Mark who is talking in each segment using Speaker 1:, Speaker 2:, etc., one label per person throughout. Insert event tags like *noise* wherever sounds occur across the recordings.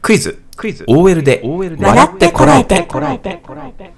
Speaker 1: クイズ、
Speaker 2: クイズ
Speaker 1: OL で、笑ってこらえて。
Speaker 2: こらえてこらえて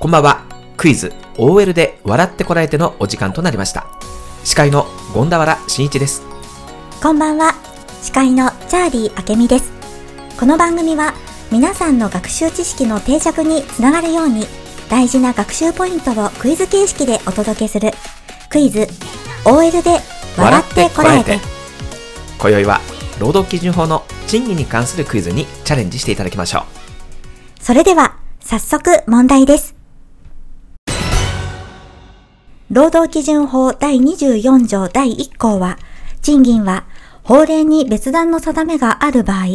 Speaker 1: こんばんは。クイズ、OL で笑ってこらえてのお時間となりました。司会の権田原慎一です。
Speaker 3: こんばんは。司会のチャーリー明美です。この番組は皆さんの学習知識の定着につながるように大事な学習ポイントをクイズ形式でお届けするクイズ OL で笑ってこらえて。
Speaker 1: 今宵は、労働基準法の賃金に関するクイズにチャレンジしていただきましょう。
Speaker 3: それでは早速問題です。労働基準法第24条第1項は、賃金は法令に別段の定めがある場合、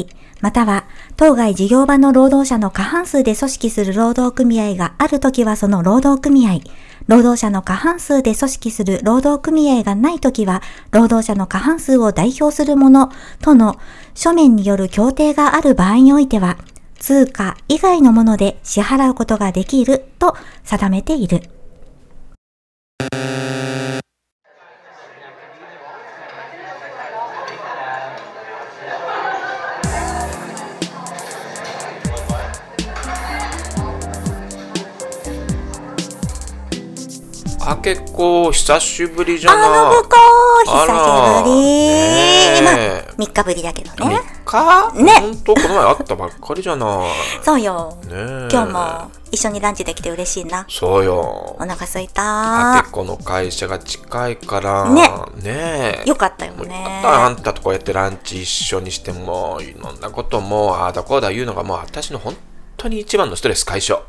Speaker 3: または当該事業場の労働者の過半数で組織する労働組合があるときはその労働組合、労働者の過半数で組織する労働組合がないときは、労働者の過半数を代表するものとの書面による協定がある場合においては、通貨以外のもので支払うことができると定めている。
Speaker 2: あけこ久しぶりじゃ
Speaker 3: あ
Speaker 2: な
Speaker 3: のぶこ
Speaker 2: あ
Speaker 3: 久
Speaker 2: ら
Speaker 3: しぶり、
Speaker 2: ねえ
Speaker 3: まあ、3日ぶりだけどね。
Speaker 2: か
Speaker 3: ね
Speaker 2: ほんとこの前会ったばっかりじ
Speaker 3: *laughs*
Speaker 2: ゃない
Speaker 3: そうよ。
Speaker 2: ねえ
Speaker 3: 今日も一緒にランチできて嬉しいな。
Speaker 2: そうよ
Speaker 3: お腹すい
Speaker 2: あ
Speaker 3: た
Speaker 2: け。この会社が近いから
Speaker 3: ね
Speaker 2: ねえ
Speaker 3: よかったよ
Speaker 2: もう
Speaker 3: ね。
Speaker 2: あんたとこうやってランチ一緒にしてもいろんなこともああだこうだ言うのがもう私の本当に一番のストレス解消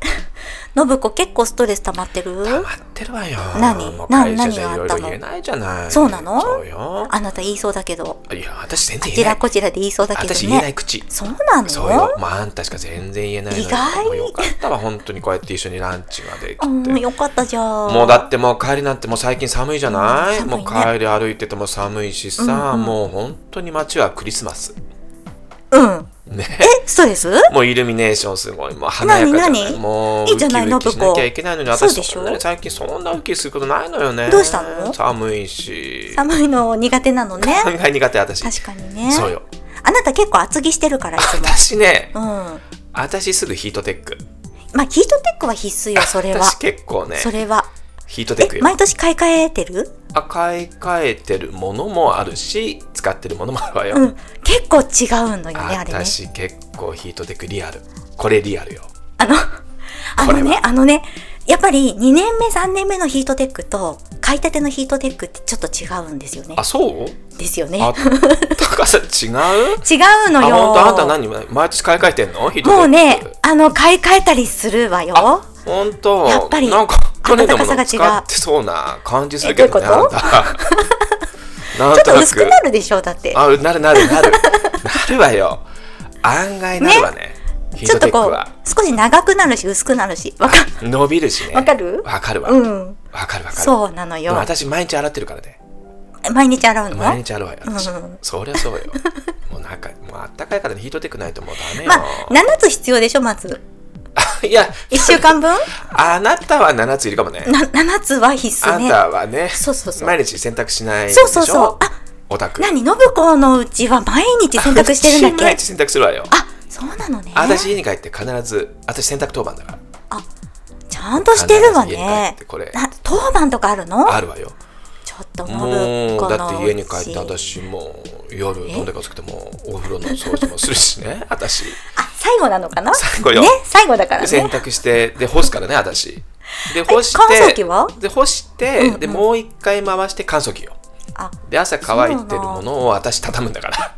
Speaker 3: のぶこ結構ストレス溜まってる
Speaker 2: 溜まってるわよ
Speaker 3: 何
Speaker 2: もう
Speaker 3: な
Speaker 2: 会社じゃい
Speaker 3: 何が
Speaker 2: ろ
Speaker 3: あ
Speaker 2: い
Speaker 3: った
Speaker 2: ろ
Speaker 3: の
Speaker 2: 言えないじゃない
Speaker 3: そうなの
Speaker 2: そうよ
Speaker 3: あなた言いそうだけど。
Speaker 2: いや私全然
Speaker 3: あ
Speaker 2: 言
Speaker 3: ち
Speaker 2: えな
Speaker 3: ら
Speaker 2: い
Speaker 3: こちらで言いそうだけど
Speaker 2: 私言えない
Speaker 3: ね。
Speaker 2: 口
Speaker 3: そうなの
Speaker 2: そうよ、まあ、あんたしか全然言えないのに
Speaker 3: 意外
Speaker 2: もうよかったわ本当にこうやって一緒にランチができ
Speaker 3: う
Speaker 2: て、
Speaker 3: ん、よかったじゃん。
Speaker 2: もうだってもう帰りなんてもう最近寒いじゃな
Speaker 3: うん
Speaker 2: い、
Speaker 3: 寒い
Speaker 2: も
Speaker 3: ね
Speaker 2: う帰り歩いてても寒いしさ、
Speaker 3: うんうん
Speaker 2: もう本当に街はクリスマス
Speaker 3: うん。
Speaker 2: ね *laughs*
Speaker 3: え、ストレス
Speaker 2: もうイルミネーションすごいもう華やかじゃ
Speaker 3: 何
Speaker 2: ない
Speaker 3: 何
Speaker 2: もう
Speaker 3: いいじゃない
Speaker 2: ウキウキしなきゃいけないのに
Speaker 3: 信子
Speaker 2: 私
Speaker 3: そうでしょ
Speaker 2: そんなに最近そんなウキウキすることないのよね
Speaker 3: どうしたの
Speaker 2: 寒いし
Speaker 3: 寒いの苦手なのね。
Speaker 2: 考え苦手私
Speaker 3: 確かにね。
Speaker 2: そうよ
Speaker 3: あなた結構厚着してるから、いつも。
Speaker 2: 私ね
Speaker 3: うん。
Speaker 2: 私すぐヒートテック
Speaker 3: まあ、ヒートテックは必須
Speaker 2: *laughs*
Speaker 3: よ、それは。
Speaker 2: 私結構ね
Speaker 3: それは。
Speaker 2: ヒートテック
Speaker 3: え、
Speaker 2: よ
Speaker 3: 毎年買い替えてる
Speaker 2: あ買い替えてるものもあるし使ってるものもあるわよ、
Speaker 3: うん。結構違うのよね、あれね。
Speaker 2: 私結構ヒートテックリアルこれリアルよ
Speaker 3: あの、あ
Speaker 2: *laughs* こ
Speaker 3: の
Speaker 2: れ
Speaker 3: ね
Speaker 2: は、
Speaker 3: あのね、やっぱり2年目、3年目のヒートテックと、買いたてのヒートテックってちょっと違うんですよね
Speaker 2: あ。そう
Speaker 3: ですよね。
Speaker 2: あ高さ違
Speaker 3: *laughs* 違
Speaker 2: う
Speaker 3: うの
Speaker 2: あ
Speaker 3: よ。
Speaker 2: 本当あんた何毎年買い替えてんのヒートテック
Speaker 3: もうね、あの、買い替えたりするわよ。
Speaker 2: 本当
Speaker 3: やっぱり
Speaker 2: なんか去年のも
Speaker 3: 暖
Speaker 2: の
Speaker 3: かさ
Speaker 2: 使
Speaker 3: が違う
Speaker 2: ってそうな感じするけどね
Speaker 3: えどういう
Speaker 2: あん
Speaker 3: こ
Speaker 2: たな
Speaker 3: ちょ *laughs*
Speaker 2: ん
Speaker 3: っ
Speaker 2: と
Speaker 3: と
Speaker 2: な
Speaker 3: 薄く
Speaker 2: く
Speaker 3: なるでしょ、だって。
Speaker 2: あなるなるなるなるわよ案外なるわねヒー
Speaker 3: ちょ
Speaker 2: ト
Speaker 3: っ
Speaker 2: テ
Speaker 3: と
Speaker 2: ック
Speaker 3: こう
Speaker 2: は、
Speaker 3: 少し長くなるし、薄くなるし。わか
Speaker 2: 伸びるしね
Speaker 3: わかる
Speaker 2: わかるわわ、
Speaker 3: うん。
Speaker 2: かるわかる
Speaker 3: そうなの
Speaker 2: で
Speaker 3: よ
Speaker 2: も。私毎日洗ってるからね
Speaker 3: 毎日洗うの
Speaker 2: 毎日洗うわよ私、
Speaker 3: うん
Speaker 2: そりゃそうよ *laughs* もうなんかもうあったかいからねヒートテックないともうダメよ、
Speaker 3: まあ、7つ必要でしょ、まず。
Speaker 2: いや
Speaker 3: 1週間分
Speaker 2: あなたは7ついるかもね
Speaker 3: な ?7 つは必須
Speaker 2: あん
Speaker 3: ね。
Speaker 2: たはね
Speaker 3: そうそうそう
Speaker 2: 毎日洗濯しないでし
Speaker 3: そ
Speaker 2: ょ
Speaker 3: うそうそう。あ、
Speaker 2: オタク
Speaker 3: 何信子のうちは毎日洗濯してるんだっ
Speaker 2: 毎
Speaker 3: け
Speaker 2: 日洗濯するわよ。
Speaker 3: あ、そうなのね。
Speaker 2: 私家に帰って必ず、私洗濯当番だから。
Speaker 3: ちゃんとしてるわ
Speaker 2: 必ず家に帰っ
Speaker 3: ね
Speaker 2: てこれ。
Speaker 3: な当番とかあるの
Speaker 2: あるわよ。
Speaker 3: ちょっと信子
Speaker 2: も
Speaker 3: の
Speaker 2: う、だって家に帰って
Speaker 3: うち
Speaker 2: 私もう夜飲んでかつけてもお風呂の掃除もするし
Speaker 3: *laughs*
Speaker 2: ね、私。
Speaker 3: あ、最後なのかな
Speaker 2: 最後よ
Speaker 3: ね、最後だから
Speaker 2: で洗
Speaker 3: ね。
Speaker 2: 濯して、で干すからね、私。で干し
Speaker 3: 乾燥
Speaker 2: て
Speaker 3: 機は、
Speaker 2: で干して、
Speaker 3: うん
Speaker 2: でもう一回回して乾燥機よ。
Speaker 3: あ、
Speaker 2: で朝乾いてるものを私畳むんだから。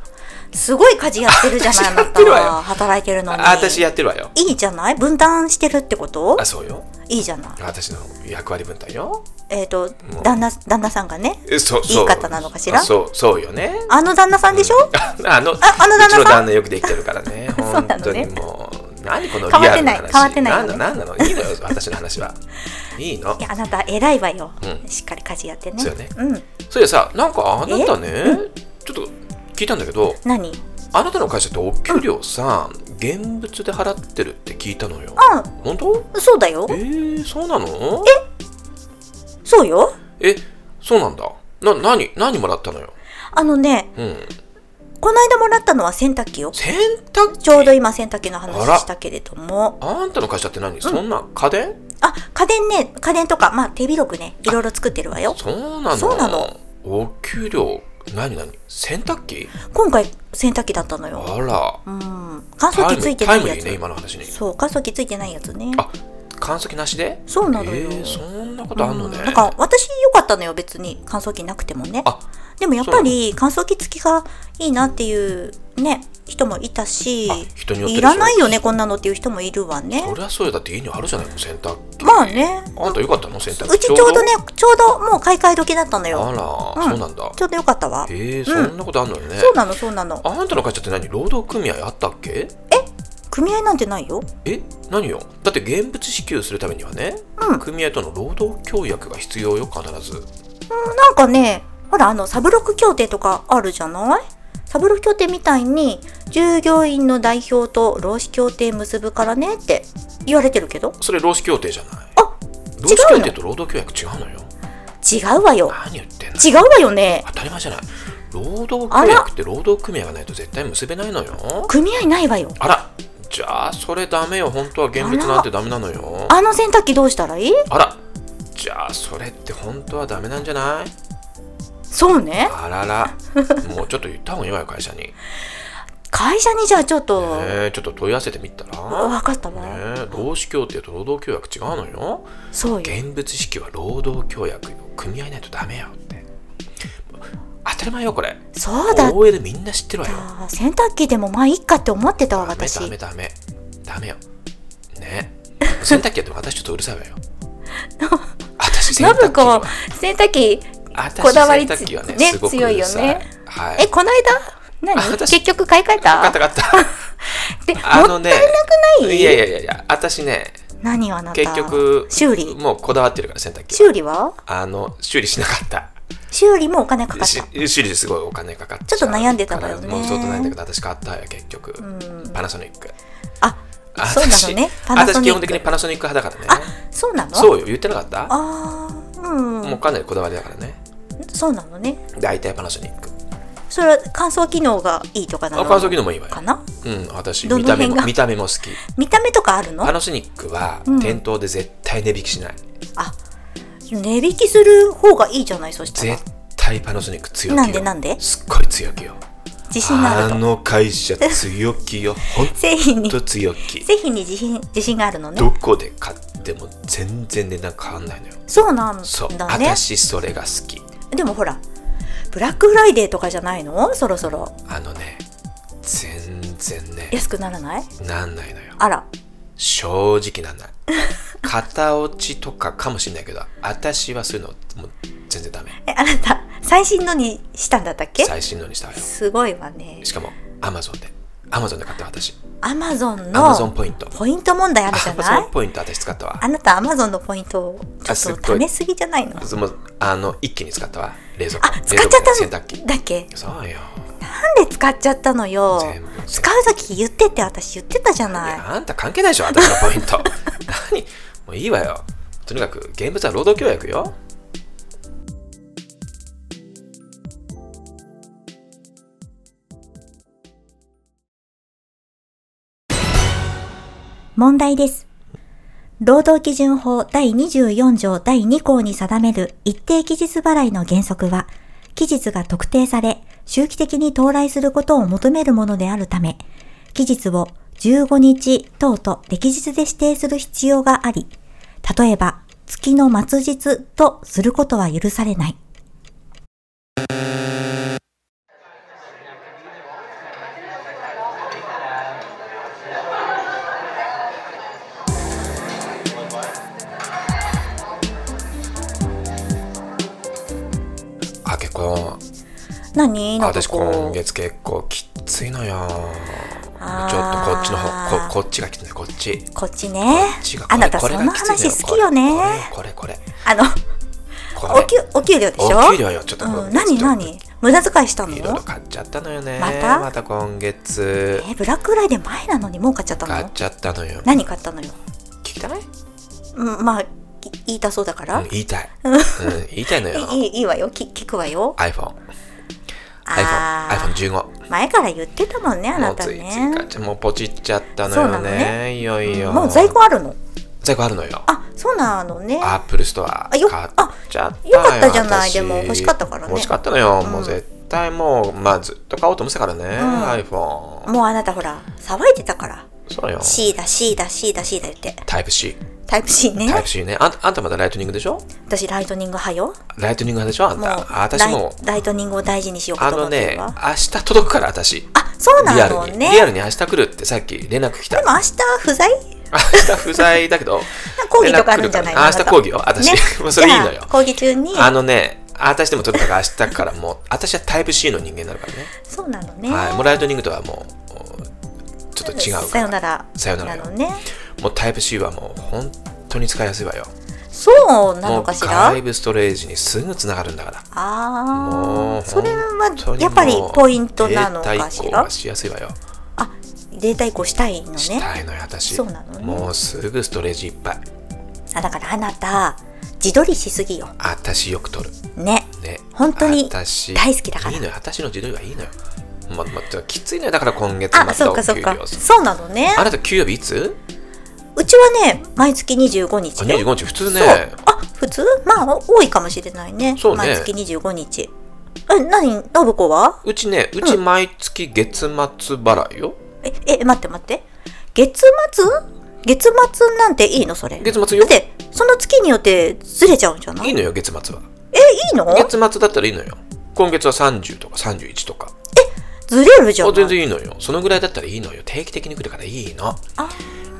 Speaker 3: すごい家事やってるじゃない、あ
Speaker 2: 私
Speaker 3: な
Speaker 2: やって
Speaker 3: た
Speaker 2: るわよ
Speaker 3: は。働いてるのに。
Speaker 2: あ私やってるわよ。
Speaker 3: いいじゃない分担してるってこと
Speaker 2: あそうよ。
Speaker 3: いいじゃない。
Speaker 2: 私の役割分担よ。
Speaker 3: えっ、と、旦那、旦那さんがね、
Speaker 2: えそう
Speaker 3: いい方なのかしら
Speaker 2: あそうそうよね。
Speaker 3: あの旦那さんでしょ、
Speaker 2: あの、
Speaker 3: ああの旦那さん
Speaker 2: うちの旦那よくできてるからね。
Speaker 3: *laughs* そう
Speaker 2: 本
Speaker 3: な
Speaker 2: 当
Speaker 3: の
Speaker 2: に
Speaker 3: ね
Speaker 2: もう、何このリ
Speaker 3: 変わっ
Speaker 2: ア
Speaker 3: て
Speaker 2: ルな
Speaker 3: ない
Speaker 2: 話。
Speaker 3: 変わってないよね
Speaker 2: んだ、なんなの。いいのよ、私の
Speaker 3: *laughs*
Speaker 2: 話は。いいの
Speaker 3: い。や、あなた偉いわよ、
Speaker 2: うん
Speaker 3: しっかり家事やってね。
Speaker 2: そうよね
Speaker 3: うん。
Speaker 2: それでさ、なんかあなたね、ちょっと聞いたんだけど、
Speaker 3: 何
Speaker 2: あなたの会社ってお給料さ、現物で払ってるって聞いたのよ
Speaker 3: あ
Speaker 2: 本当
Speaker 3: そうだよ
Speaker 2: え。ー、そうなの
Speaker 3: そうよ。
Speaker 2: えそうなんだな何何もらったのよ
Speaker 3: あのね、
Speaker 2: うん
Speaker 3: この間もらったのは洗濯機よ。
Speaker 2: 洗濯機
Speaker 3: ちょうど今洗濯機の
Speaker 2: あら
Speaker 3: 話したけれども。
Speaker 2: あんたの会社って何、そんな家電
Speaker 3: あ、家電ね、家電とか、まあ手広くね、いろいろ作ってるわよ。
Speaker 2: そうなの
Speaker 3: そうなの
Speaker 2: お給料何何洗濯機
Speaker 3: 今回洗濯機だったのよ。
Speaker 2: あら
Speaker 3: うん。乾燥
Speaker 2: タイ
Speaker 3: 機
Speaker 2: ム
Speaker 3: ついて
Speaker 2: タ
Speaker 3: な
Speaker 2: イ
Speaker 3: い
Speaker 2: ムリ
Speaker 3: や
Speaker 2: ーね
Speaker 3: つ。
Speaker 2: 今の話に
Speaker 3: そう、乾燥機ついてないやつね。
Speaker 2: あ乾燥機なしで
Speaker 3: そうなの
Speaker 2: え
Speaker 3: よ。
Speaker 2: ー、そんなことあんのね、
Speaker 3: うんなんか私良かったのよ別に乾燥機なくてもね
Speaker 2: あ
Speaker 3: でもやっぱり乾燥機付きがいいなっていうね人もいたし
Speaker 2: あ人によってでしょ
Speaker 3: いらないよねこんなのっていう人もいるわね
Speaker 2: そりゃそうよだって家にあるじゃないの洗濯機
Speaker 3: まあね
Speaker 2: あんたよかったの洗濯機
Speaker 3: うちちょうどねちょうどもう買い替え時だったの
Speaker 2: あ
Speaker 3: よ
Speaker 2: ら、
Speaker 3: うん
Speaker 2: そうなんだ
Speaker 3: ちょうどよかったわ
Speaker 2: えー、
Speaker 3: うん
Speaker 2: そんなことあんのよね
Speaker 3: そうなのそうなの
Speaker 2: あんたの会社って何労働組合あったっけ
Speaker 3: 組合なんてないよ
Speaker 2: え何よだって現物支給するためにはね、
Speaker 3: うん
Speaker 2: 組合との労働協約が必要よ必ず
Speaker 3: なんかねほらあのサブロック協定とかあるじゃないサブロック協定みたいに従業員の代表と労使協定結ぶからねって言われてるけど
Speaker 2: それ労使協定じゃない
Speaker 3: あ
Speaker 2: 労使協定と労働協約違うのよ
Speaker 3: 違うわよ。
Speaker 2: 何言ってんの
Speaker 3: 違うわよね。
Speaker 2: 当たり前じゃない労働
Speaker 3: あ
Speaker 2: 協
Speaker 3: ら
Speaker 2: 約って労働組合がないと絶対結べないのよ
Speaker 3: 組合ないわよ。
Speaker 2: あらじゃあそれダメよ本当は現物なんてダメなのよ
Speaker 3: あの洗濯機どうしたらいい
Speaker 2: あらじゃあそれって本当はダメなんじゃない
Speaker 3: そうね。
Speaker 2: あらら
Speaker 3: *laughs*
Speaker 2: もうちょっと言った方がいいわよ会社に
Speaker 3: 会社にじゃあちょっと、
Speaker 2: えー、ちょっと問い合わせてみたら
Speaker 3: わかったわ。
Speaker 2: ね、労使協定と労働協約違うのよ
Speaker 3: そうよ。
Speaker 2: 現物支給は労働協約の組合ないとダメよって当たり前よこれ
Speaker 3: そうだっ
Speaker 2: OL みんな知ってるわよ
Speaker 3: た。洗濯機でもまあいっかって思ってたわ、
Speaker 2: ダメ
Speaker 3: 私
Speaker 2: ダ。メダメダメよね洗濯機やっても私ちょっとうるさいわ
Speaker 3: *laughs*
Speaker 2: よ私洗
Speaker 3: の
Speaker 2: 濯
Speaker 3: ぶ
Speaker 2: 機は
Speaker 3: こ、洗濯機、
Speaker 2: 私
Speaker 3: こだわり
Speaker 2: 洗濯機はね
Speaker 3: ね
Speaker 2: すごくうるさ
Speaker 3: 強いよね
Speaker 2: はい
Speaker 3: え、この間何
Speaker 2: あ私
Speaker 3: 結局買い替え
Speaker 2: わかったたわかった
Speaker 3: *laughs* で、
Speaker 2: あ
Speaker 3: も
Speaker 2: のね
Speaker 3: ない
Speaker 2: いやいやいやいや私ね
Speaker 3: 何をあなた
Speaker 2: 結局
Speaker 3: 修理
Speaker 2: もうこだわってるから洗濯機は
Speaker 3: 修理は
Speaker 2: あの修理しなかった
Speaker 3: 修理もお金かかっ
Speaker 2: し
Speaker 3: た。
Speaker 2: 修理ですごいお金かかって
Speaker 3: ちょっと悩んでたわよね
Speaker 2: もうちょっと悩んでたけど私買ったわよ結局、
Speaker 3: ん
Speaker 2: パナソニック
Speaker 3: あ、そうなのね。
Speaker 2: 私
Speaker 3: パナソ
Speaker 2: 私
Speaker 3: ニ
Speaker 2: 基本的に
Speaker 3: ック。
Speaker 2: パナソニック派だから
Speaker 3: あ
Speaker 2: ね、
Speaker 3: そうなの
Speaker 2: そうよ言ってなかった
Speaker 3: あー、うん。
Speaker 2: もうかなりこだわりだからね
Speaker 3: そうなのね。
Speaker 2: 大体パナソニック
Speaker 3: それは乾燥機能がいいとかな
Speaker 2: あ
Speaker 3: の
Speaker 2: 乾燥機能もいいわよ
Speaker 3: かな
Speaker 2: うん私
Speaker 3: ど
Speaker 2: 見
Speaker 3: の
Speaker 2: た目
Speaker 3: 辺
Speaker 2: も
Speaker 3: が
Speaker 2: 見た目も好き
Speaker 3: 見た目とかあるの
Speaker 2: パナソニックは
Speaker 3: うん
Speaker 2: 店頭で絶対値引きしない、
Speaker 3: 値引きする方がいいじゃないそしたら
Speaker 2: 絶対パナソニック強気よ
Speaker 3: なんでなんです
Speaker 2: っごい強気よ
Speaker 3: 自信があ
Speaker 2: あ
Speaker 3: ると
Speaker 2: の会社強
Speaker 3: *laughs*
Speaker 2: 気よほん
Speaker 3: 製品に
Speaker 2: と強気
Speaker 3: 製品に自信自信があるのね
Speaker 2: どこで買っても全然値段変わんないのよ
Speaker 3: そうなん
Speaker 2: そう、
Speaker 3: だね
Speaker 2: 私それが好き
Speaker 3: でもほらブラックフライデーとかじゃないのそろそろ
Speaker 2: あのね全然ね
Speaker 3: 安くならない
Speaker 2: なんないのよ
Speaker 3: あら
Speaker 2: 正直なんない *laughs* 片落ちとかかもしんないけど私はそういうのもう全然ダメ
Speaker 3: えあなた最新のにしたんだったっけ
Speaker 2: 最新のにしたわよ
Speaker 3: すごいわね
Speaker 2: しかも Amazon で Amazon で買った私
Speaker 3: アマゾン
Speaker 2: Amazon
Speaker 3: の
Speaker 2: ポイント
Speaker 3: ポイント問題あるじゃない
Speaker 2: Amazon ポイント私使ったわ
Speaker 3: あなたアマゾンのポイントをちょ
Speaker 2: あすっ
Speaker 3: っ
Speaker 2: ごい
Speaker 3: と貯めすぎじゃないの
Speaker 2: もうあの一気に使ったわ冷蔵庫
Speaker 3: あ使っちゃった
Speaker 2: 冷蔵庫洗濯機
Speaker 3: のだっけ
Speaker 2: そうよ
Speaker 3: なんで使っちゃったのよ
Speaker 2: 全部
Speaker 3: 使う時言ってって私言ってたじゃ
Speaker 2: い
Speaker 3: ない
Speaker 2: やあんた関係ないでしょ私のポイント *laughs* 何もういいわよとにかく現物は労働協約よ
Speaker 3: 問題です労働基準法第24条第2項に定める一定期日払いの原則は期日が特定され周期的に到来することを求めるものであるため期日を15日等と歴日で指定する必要があり例えば月の末日とすることは許されない
Speaker 2: あ結構
Speaker 3: 何のと
Speaker 2: 私
Speaker 3: こ
Speaker 2: 今月結構きっついのよちょっとこっちの
Speaker 3: あー
Speaker 2: 方ここっちがきついのよこっち
Speaker 3: こっちね
Speaker 2: こっちがこれ
Speaker 3: あなた
Speaker 2: こ
Speaker 3: そ
Speaker 2: れ
Speaker 3: の
Speaker 2: がきつい
Speaker 3: 話好きよね
Speaker 2: これこれこれ
Speaker 3: あの
Speaker 2: これ
Speaker 3: お給お給料でしょ
Speaker 2: お給料よちょっとこれ
Speaker 3: うん、何
Speaker 2: ちょっと
Speaker 3: 何無駄遣いしたの
Speaker 2: いろいろ買っちゃったのよね
Speaker 3: また
Speaker 2: また今月
Speaker 3: えブラックフライデー前なのにもう買っちゃった
Speaker 2: 買っ
Speaker 3: の
Speaker 2: ちゃったのよ
Speaker 3: 何買ったのよ、
Speaker 2: 聞きたい、
Speaker 3: うん、まあい言いたそうだから、
Speaker 2: うん言い
Speaker 3: *laughs*
Speaker 2: たい、うん、言いたいのよ
Speaker 3: いいいいいわよき聞くわよ
Speaker 2: iPhone
Speaker 3: あー
Speaker 2: iPhoneiPhone15
Speaker 3: 前から言ってたもんねあ
Speaker 2: も
Speaker 3: な
Speaker 2: う
Speaker 3: た
Speaker 2: ついつい買っ
Speaker 3: ね
Speaker 2: ちゃもうポチっちゃったの
Speaker 3: そう
Speaker 2: よ
Speaker 3: なの
Speaker 2: ね
Speaker 3: ね
Speaker 2: いよいよ、
Speaker 3: もう在庫あるの
Speaker 2: 在庫あるのよ
Speaker 3: あそうなのね
Speaker 2: アップルストア
Speaker 3: あ
Speaker 2: 買っ
Speaker 3: よ
Speaker 2: ちゃった
Speaker 3: あ
Speaker 2: よ
Speaker 3: よかったじゃない
Speaker 2: 私
Speaker 3: でも欲しかったからね
Speaker 2: 欲しかったのよ、
Speaker 3: ん
Speaker 2: もう絶対もうまあずっと買おうと思ってたからね、iPhone
Speaker 3: もうあなたほら騒いでたから
Speaker 2: そうよ
Speaker 3: C だ C だ C だ C だ言って
Speaker 2: タイプ C
Speaker 3: タイプ C ね
Speaker 2: タイプ C ねあんあんたまだライトニングでしょ
Speaker 3: 私ライトニング派よ
Speaker 2: ライトニング派でしょあん
Speaker 3: もう
Speaker 2: たあ私も
Speaker 3: ライライトニングを大事にしよう
Speaker 2: あ
Speaker 3: かと思
Speaker 2: の
Speaker 3: って
Speaker 2: ね
Speaker 3: る
Speaker 2: 明
Speaker 3: わ
Speaker 2: 日届くから私
Speaker 3: あそう
Speaker 2: リア
Speaker 3: なの
Speaker 2: ルに、
Speaker 3: ね
Speaker 2: リア
Speaker 3: で
Speaker 2: ルに明日来るってさっき連絡来た
Speaker 3: も明日不在
Speaker 2: 明日不在だ
Speaker 3: *laughs*
Speaker 2: けど
Speaker 3: 講義とかあるんじゃないの
Speaker 2: 連絡来るからあ明日講義よ私、もう *laughs* それいいの
Speaker 3: じゃ
Speaker 2: よ
Speaker 3: あ講義中に
Speaker 2: あのね私でも届くから明日からもう私はタイプ C の人間になるからね
Speaker 3: そうなのね、
Speaker 2: はい、もうライトニングとはもうちょっと違う
Speaker 3: さ
Speaker 2: か
Speaker 3: よ
Speaker 2: ら
Speaker 3: なら
Speaker 2: さよならよ
Speaker 3: のね
Speaker 2: もうタイプ C はもう本当に使いやすいわよ
Speaker 3: そうな
Speaker 2: も
Speaker 3: の
Speaker 2: う
Speaker 3: かしら
Speaker 2: 外部ストレージにすぐつながるんだから
Speaker 3: あ
Speaker 2: も
Speaker 3: あ
Speaker 2: う
Speaker 3: それ
Speaker 2: 本当
Speaker 3: は
Speaker 2: にも
Speaker 3: や
Speaker 2: う
Speaker 3: っぱりポイントなのかし
Speaker 2: データ移行
Speaker 3: ら
Speaker 2: がしやすいわよ
Speaker 3: あデータ移行したいのね
Speaker 2: したいのよ私
Speaker 3: そうなのね
Speaker 2: もうすぐストレージいっぱい
Speaker 3: あだからあなた自撮りしすぎよ
Speaker 2: 私よく取る
Speaker 3: ね
Speaker 2: ね
Speaker 3: 本当に
Speaker 2: 私
Speaker 3: 大好きだから
Speaker 2: いいのよ私の自撮りはいいのよもうもうちょっときついのよだから今月
Speaker 3: あ
Speaker 2: ま
Speaker 3: そ
Speaker 2: た
Speaker 3: う
Speaker 2: お
Speaker 3: かそ
Speaker 2: 給
Speaker 3: うか
Speaker 2: 料
Speaker 3: そうなのね
Speaker 2: あなた給料日いつ
Speaker 3: うちはね毎月25日
Speaker 2: あ
Speaker 3: だよ
Speaker 2: ?25 日普通ね
Speaker 3: そうあ普通まあ多いかもしれないね
Speaker 2: そうね
Speaker 3: 毎月25日え何信子は
Speaker 2: うちねうち毎月月末払いよ、
Speaker 3: ええ待って待って月末月末なんていいのそれ
Speaker 2: 月末よ
Speaker 3: だってその月によってずれちゃうんじゃない
Speaker 2: いいのよ月末は
Speaker 3: えいいの
Speaker 2: 月末だったらいいのよ今月は30とか31とか
Speaker 3: ずれるじゃ
Speaker 2: あ
Speaker 3: ん
Speaker 2: 全然いいのよそのぐらいだったらいいのよ定期的に来るからいいの
Speaker 3: あ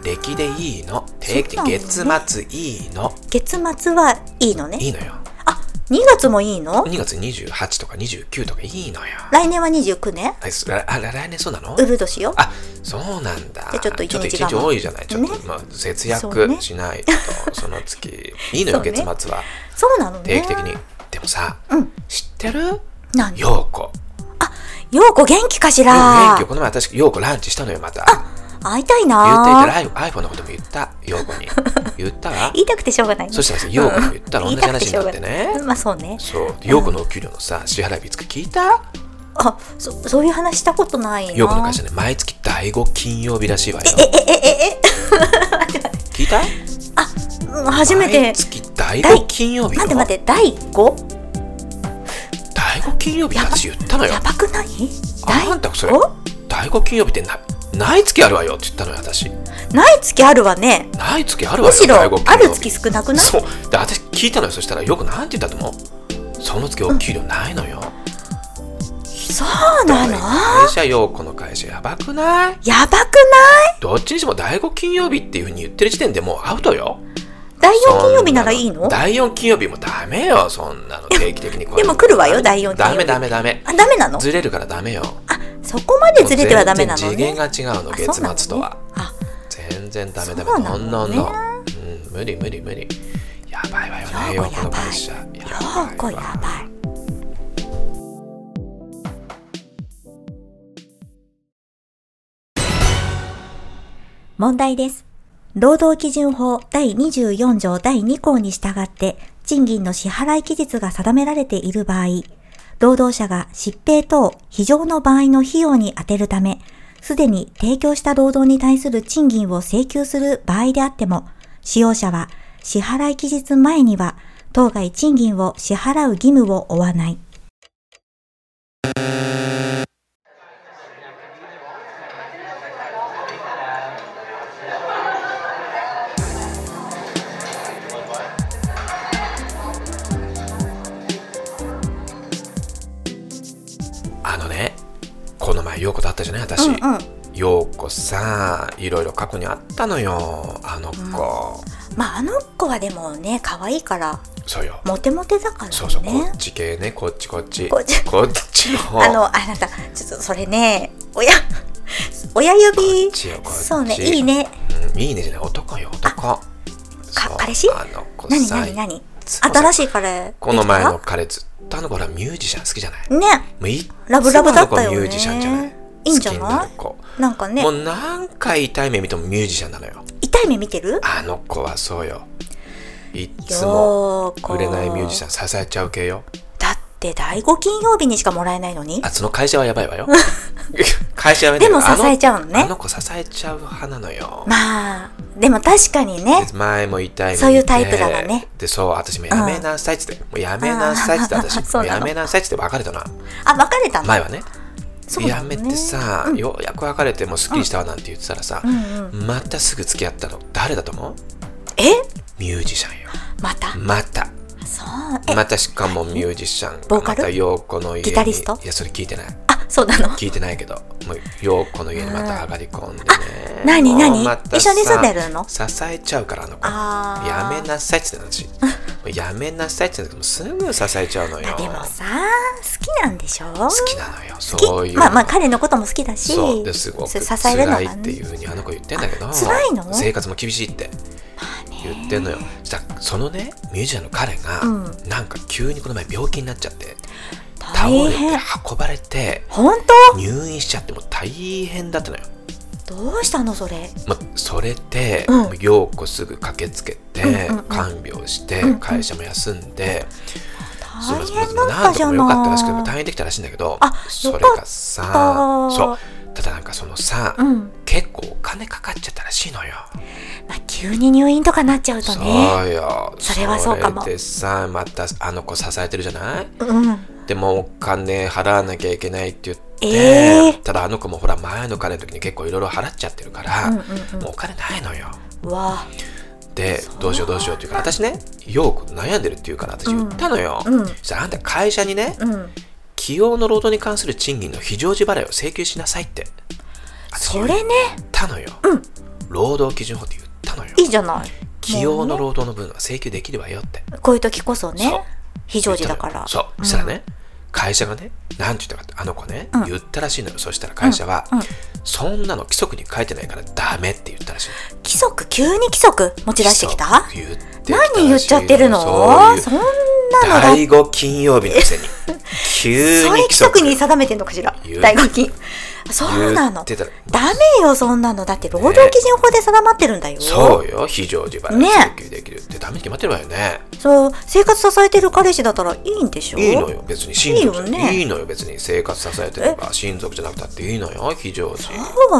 Speaker 2: 出来でいいの定期
Speaker 3: そうなのね
Speaker 2: 月末いいの
Speaker 3: 月末はいいのね
Speaker 2: いいのよ
Speaker 3: あ2月もいいの
Speaker 2: 2月28とか29とかいいのよ
Speaker 3: 来年は29ね
Speaker 2: あすああ来年そうなの
Speaker 3: ウル年よ
Speaker 2: あそうなんだ
Speaker 3: でちょっと一日
Speaker 2: 一日
Speaker 3: 我慢
Speaker 2: 多いじゃないちょっと、
Speaker 3: ね
Speaker 2: まあ、節
Speaker 3: そうね
Speaker 2: 約しないとそ,、の月 *laughs* いいの
Speaker 3: そ
Speaker 2: よ、
Speaker 3: うね
Speaker 2: 月末は
Speaker 3: そうなのね
Speaker 2: 定期的にでもさ、
Speaker 3: うん
Speaker 2: 知ってる
Speaker 3: 何よ
Speaker 2: 陽子
Speaker 3: うこ元気かしら
Speaker 2: 元気この前私陽子ランチしたのよまた
Speaker 3: 会いたい
Speaker 2: 言った言っ
Speaker 3: な
Speaker 2: たライ iPhone のことも言った陽子に言った
Speaker 3: *laughs*
Speaker 2: わ
Speaker 3: 言いたくてしょうがないね
Speaker 2: そしたらさ陽子にも言ったら
Speaker 3: うん
Speaker 2: 同じ話になって
Speaker 3: 言いたくしょうが
Speaker 2: ね
Speaker 3: ないまあそうね
Speaker 2: そう陽子のお給料のさ支払い日いつか聞いた
Speaker 3: あそそういう話したことないな
Speaker 2: 陽子の会社ね毎月第5金曜日らしいわよ
Speaker 3: えええええ
Speaker 2: 聞いた
Speaker 3: うん初めて
Speaker 2: 毎月第5金曜日
Speaker 3: 待
Speaker 2: よ
Speaker 3: って待って第5
Speaker 2: 第5金曜日って私言ったのよ
Speaker 3: やばくない
Speaker 2: あんたそれ
Speaker 3: お
Speaker 2: 第5金曜日ってなない月あるわよって言ったのよ私
Speaker 3: ない月あるわね
Speaker 2: ない月あるわ
Speaker 3: む
Speaker 2: よ
Speaker 3: しろ
Speaker 2: 第五金
Speaker 3: あ
Speaker 2: 曜日
Speaker 3: る月少なくない
Speaker 2: そうで私聞いたのよそしたらよくなんて言ったと思うその月お給料ないのよ、
Speaker 3: そうなの
Speaker 2: 会社よこの会社やばくない
Speaker 3: やばくない
Speaker 2: どっちにしても第5金曜日っていうふうに言ってる時点でもうアウトよ
Speaker 3: 第4金曜日ならいい
Speaker 2: そ
Speaker 3: の
Speaker 2: んな第4金曜日もダメよそんなの定期的に
Speaker 3: でも来るわよ第四金曜
Speaker 2: ダ
Speaker 3: 日
Speaker 2: メダメダメ
Speaker 3: あダメなの
Speaker 2: ずれるからダメよ
Speaker 3: あそこまでずれてはダメなの
Speaker 2: もう
Speaker 3: ね
Speaker 2: 全然次元が違うの
Speaker 3: あ
Speaker 2: 月末とは、
Speaker 3: そう
Speaker 2: 全然ダメダメ
Speaker 3: そうなの
Speaker 2: ど
Speaker 3: ね
Speaker 2: んどんどん、うん、無理無理無理やばいわよね
Speaker 3: 陽
Speaker 2: よ
Speaker 3: 子
Speaker 2: この会社や
Speaker 3: なのねあようこ
Speaker 2: ばい
Speaker 3: や
Speaker 2: わ
Speaker 3: ばい問題です。労働基準法第24条第2項に従って、賃金の支払い期日が定められている場合、労働者が疾病等非常の場合の費用に充てるため、すでに提供した労働に対する賃金を請求する場合であっても、使用者は支払い期日前には、当該賃金を支払う義務を負わない。
Speaker 2: あのねこの前陽子と会ったじゃない私、
Speaker 3: うん。
Speaker 2: 陽子さんいろいろ過去にあったのよあの子、
Speaker 3: まあ、あの子はでもね、可愛いから、
Speaker 2: そうよ
Speaker 3: モテモテだからね。
Speaker 2: そうそう、こっち系ねこっちこっち
Speaker 3: こっち
Speaker 2: こっちの
Speaker 3: あの、あなた、ちょっとそれね、親、親指
Speaker 2: っちよこ、っち
Speaker 3: そうね、いいね。
Speaker 2: うんいいねじゃない男よ男
Speaker 3: か
Speaker 2: そう
Speaker 3: 彼氏
Speaker 2: あの子
Speaker 3: 何
Speaker 2: さ
Speaker 3: 何何
Speaker 1: ツ。
Speaker 3: 新しいカレー。
Speaker 1: この前の彼ずっとあの子らミュージシャン好きじゃない
Speaker 3: ね。
Speaker 1: もういっつも
Speaker 3: ラブラブだった
Speaker 1: あの
Speaker 3: よね。
Speaker 1: 子ミュージシャンじゃない
Speaker 3: いいんじゃ
Speaker 1: 好きにな
Speaker 3: な
Speaker 1: る子
Speaker 3: いなんかね
Speaker 1: も、う何回痛い目見てもミュージシャンなのよ。
Speaker 3: 痛い目見てる
Speaker 1: あの子はそうよ。いっつも
Speaker 3: よーこ
Speaker 1: 売れないミュージシャン支えちゃう系よ。
Speaker 3: だって、第5金曜日にしかもらえないのに。
Speaker 1: あ、その会社はやばいわ
Speaker 3: *laughs*
Speaker 1: よ。会社はやばい
Speaker 3: で
Speaker 1: んだ
Speaker 3: も
Speaker 1: けど
Speaker 3: 支えちゃうの
Speaker 1: あのあ
Speaker 3: ね。
Speaker 1: の子支えちゃう派なのよ。
Speaker 3: まあ、でも確かにね。
Speaker 1: 前も痛い目見て
Speaker 3: そういうタイプだわね。
Speaker 1: で、そう、私もやめなさいっつって、もうやめなさいっつって、
Speaker 3: あー
Speaker 1: 私、
Speaker 3: そ
Speaker 1: も
Speaker 3: う
Speaker 1: う
Speaker 3: なの
Speaker 1: やめなさいっつって別れたな。
Speaker 3: あ、別れたの
Speaker 1: 前はね。
Speaker 3: そうだ
Speaker 1: や
Speaker 3: よね
Speaker 1: めてさ、ようやく別れてもうすっきりしたわなんて言ってたらさ、またすぐ付き合ったの。誰だと思う
Speaker 3: え
Speaker 1: ミュージシャンよ。
Speaker 3: また
Speaker 1: また。
Speaker 3: そう。え、
Speaker 1: またしかもミュージシャン
Speaker 3: ボ
Speaker 1: が
Speaker 3: ーカ
Speaker 1: ま
Speaker 3: ル
Speaker 1: た陽子の家に
Speaker 3: ギタリスト
Speaker 1: いやそれ聞いてない
Speaker 3: あ、そうなの
Speaker 1: 聞いてないけどもう陽子の家にまた上がり込んでね
Speaker 3: 何
Speaker 1: もう
Speaker 3: 何
Speaker 1: また
Speaker 3: 一緒に住んで
Speaker 1: さ
Speaker 3: るの
Speaker 1: 支えちゃうからあの子
Speaker 3: あー
Speaker 1: やめなさいっつってんの私もうやめなさいっつってんだけどもうすぐ支えちゃうのよ
Speaker 3: あでも
Speaker 1: 好
Speaker 3: さ、好きなんでしょ好
Speaker 1: きなのよそういう
Speaker 3: まあまあ彼のことも好きだし、
Speaker 1: そうですごく
Speaker 3: そう支えるのが
Speaker 1: 辛い
Speaker 3: ね
Speaker 1: っていうふうにあの子言ってんだけど
Speaker 3: あ辛いの
Speaker 1: 生活も厳しいって言ってんのよそしたらそのねミュージシャンの彼が、
Speaker 3: うん
Speaker 1: なんか急にこの前病気になっちゃって倒
Speaker 3: 大
Speaker 1: れて
Speaker 3: 変。
Speaker 1: 運ばれて
Speaker 3: 本
Speaker 1: 入院しちゃってもう大変だったのよ、
Speaker 3: 当どうしたのそれ。
Speaker 1: まあ、それで、
Speaker 3: うん
Speaker 1: もうようこすぐ駆けつけて、
Speaker 3: うんうんうん
Speaker 1: 看病して、
Speaker 3: んうん
Speaker 1: 会社も休んで、すいません
Speaker 3: 大変だったじゃ
Speaker 1: まあなんとかも良かったらしくてもう
Speaker 3: な
Speaker 1: 退院できたらしいんだけど
Speaker 3: あ
Speaker 1: それが
Speaker 3: よか
Speaker 1: さ
Speaker 3: った
Speaker 1: そうただなんかそのさ、
Speaker 3: い。うん。
Speaker 1: 結構お金かかっちゃったらしいのよ、
Speaker 3: まあ急に入院とかなっちゃうとね。
Speaker 1: そうよ
Speaker 3: それはそうかも
Speaker 1: それでさまたあの子支えてるじゃない
Speaker 3: うん。
Speaker 1: でもお金払わなきゃいけないって言って、
Speaker 3: えー
Speaker 1: ただあの子もほら前の彼の時に結構いろいろ払っちゃってるから、
Speaker 3: うんうんうん
Speaker 1: もうお金ないのよ
Speaker 3: うわあ
Speaker 1: でどうしようどうしようっていうから私ねよう悩んでるっていうから私言ったのよ、
Speaker 3: うん
Speaker 1: そしたらあんた会社にね
Speaker 3: うん。
Speaker 1: 起用の労働に関する賃金の非常時払いを請求しなさいって私
Speaker 3: そ
Speaker 1: 言っ
Speaker 3: れね、
Speaker 1: たのよ、労働基準法って言ったのよ
Speaker 3: いいじゃない。
Speaker 1: 起用の
Speaker 3: も
Speaker 1: 労働の分は請求できるわよって
Speaker 3: うねこういう時こそ
Speaker 1: そう
Speaker 3: ね、非常時だか
Speaker 1: 言
Speaker 3: ら。
Speaker 1: ったのよそう、したらね会社がねなんて言ったかってあの子ね、
Speaker 3: うん
Speaker 1: 言ったらしいのよそしたら会社は、
Speaker 3: うんうん
Speaker 1: そんなの規則に書いてないからダメって言ったらしいの
Speaker 3: 規則、急に規則持ち出してきた
Speaker 1: そう言ってきたらしいの
Speaker 3: 何言っちゃってるの
Speaker 1: そういう
Speaker 3: そんなのだ
Speaker 1: 第5金曜日のく
Speaker 3: *laughs*
Speaker 1: せに急
Speaker 3: そ
Speaker 1: に
Speaker 3: れ
Speaker 1: 規
Speaker 3: 規
Speaker 1: 則
Speaker 3: 則に定めてんのかしら
Speaker 1: 言う
Speaker 3: 大学金そうな
Speaker 1: 言
Speaker 3: の
Speaker 1: ってたら
Speaker 3: ダメよそんなのだって労働基準法で定まってるんだよ、
Speaker 1: そうよ非常時払い
Speaker 3: ね
Speaker 1: 請求できるってダメに決まってるわよね
Speaker 3: そう生活支えてる彼氏だったらいいんでしょ
Speaker 1: いいのよ別に親族
Speaker 3: いいよね
Speaker 1: いいのよ別に生活支えてれば親族じゃなくたっていいのよ非常時
Speaker 3: そ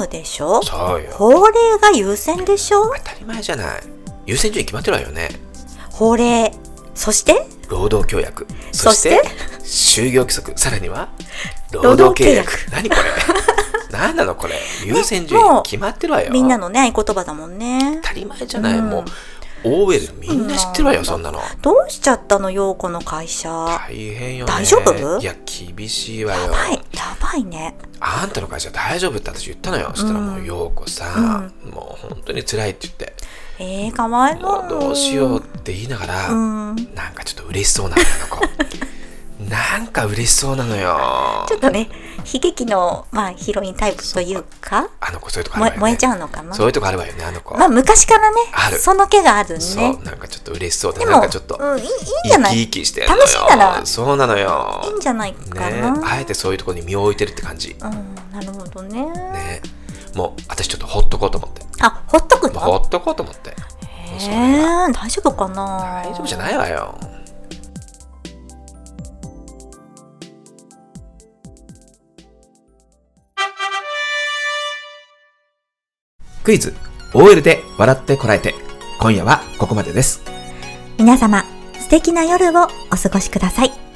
Speaker 3: うでしょ
Speaker 1: そうよ
Speaker 3: 法令が優先でしょ
Speaker 1: 当たり前じゃない優先順位決まってるわよね
Speaker 3: 法令そして
Speaker 1: 労働協約そ
Speaker 3: そし
Speaker 1: してて就業規則さらには
Speaker 3: 労
Speaker 1: 労
Speaker 3: 働
Speaker 1: 働
Speaker 3: 契
Speaker 1: 契
Speaker 3: 約
Speaker 1: 約何これ
Speaker 3: *laughs*
Speaker 1: 何なのこれ優先
Speaker 3: ねも
Speaker 1: 順
Speaker 3: う
Speaker 1: 位決まってるわよ、
Speaker 3: みんなのね合言葉だもんね
Speaker 1: 当たり前じゃない、もう OL みんな知ってるわよ、そんなの
Speaker 3: どうしちゃったの陽子の会社や
Speaker 1: 大変よね
Speaker 3: 大丈夫
Speaker 1: いや厳しいわよ
Speaker 3: ばいやばいね
Speaker 1: あんたの会社大丈夫って私言ったのよそしたらもう陽子さ、もう本当に辛いって言って
Speaker 3: えー、かわい
Speaker 1: も
Speaker 3: そうう
Speaker 1: どうしようって言いながら、
Speaker 3: うん
Speaker 1: なんかちょっと嬉しそうなのよあの
Speaker 3: *laughs*
Speaker 1: 子なんか嬉しそうなのよ
Speaker 3: ちょっとね悲劇の、まあ、ヒロインタイプというか
Speaker 1: あの子そういうとこあるわ
Speaker 3: 燃え
Speaker 1: よ、ね、
Speaker 3: 燃えちゃうのかな
Speaker 1: そういうとこあるわよねあの子、
Speaker 3: まあ昔からね
Speaker 1: ある
Speaker 3: その気があるね
Speaker 1: そうなんかちょっと嬉しそうで
Speaker 3: でも
Speaker 1: なんかちょっと
Speaker 3: うん、いいいいんじゃ
Speaker 1: 生き
Speaker 3: ないい
Speaker 1: 生きしてんのよ
Speaker 3: 楽しいなら
Speaker 1: そうなのよ
Speaker 3: いんじゃないか
Speaker 1: ね
Speaker 3: な、
Speaker 1: あえてそういうところに身を置いてるって感じ
Speaker 3: うんなるほどね
Speaker 1: ねもう私ちょっとほっとこうと思って
Speaker 3: あほっとく
Speaker 1: もうほ
Speaker 3: の
Speaker 1: っとこうと思って
Speaker 3: え
Speaker 1: それは
Speaker 3: ー、大丈夫かな
Speaker 1: 大丈夫じゃないわよ
Speaker 4: クイズ OL で笑ってこらえて今夜はここまでです
Speaker 3: 皆様素敵な夜をお過ごしください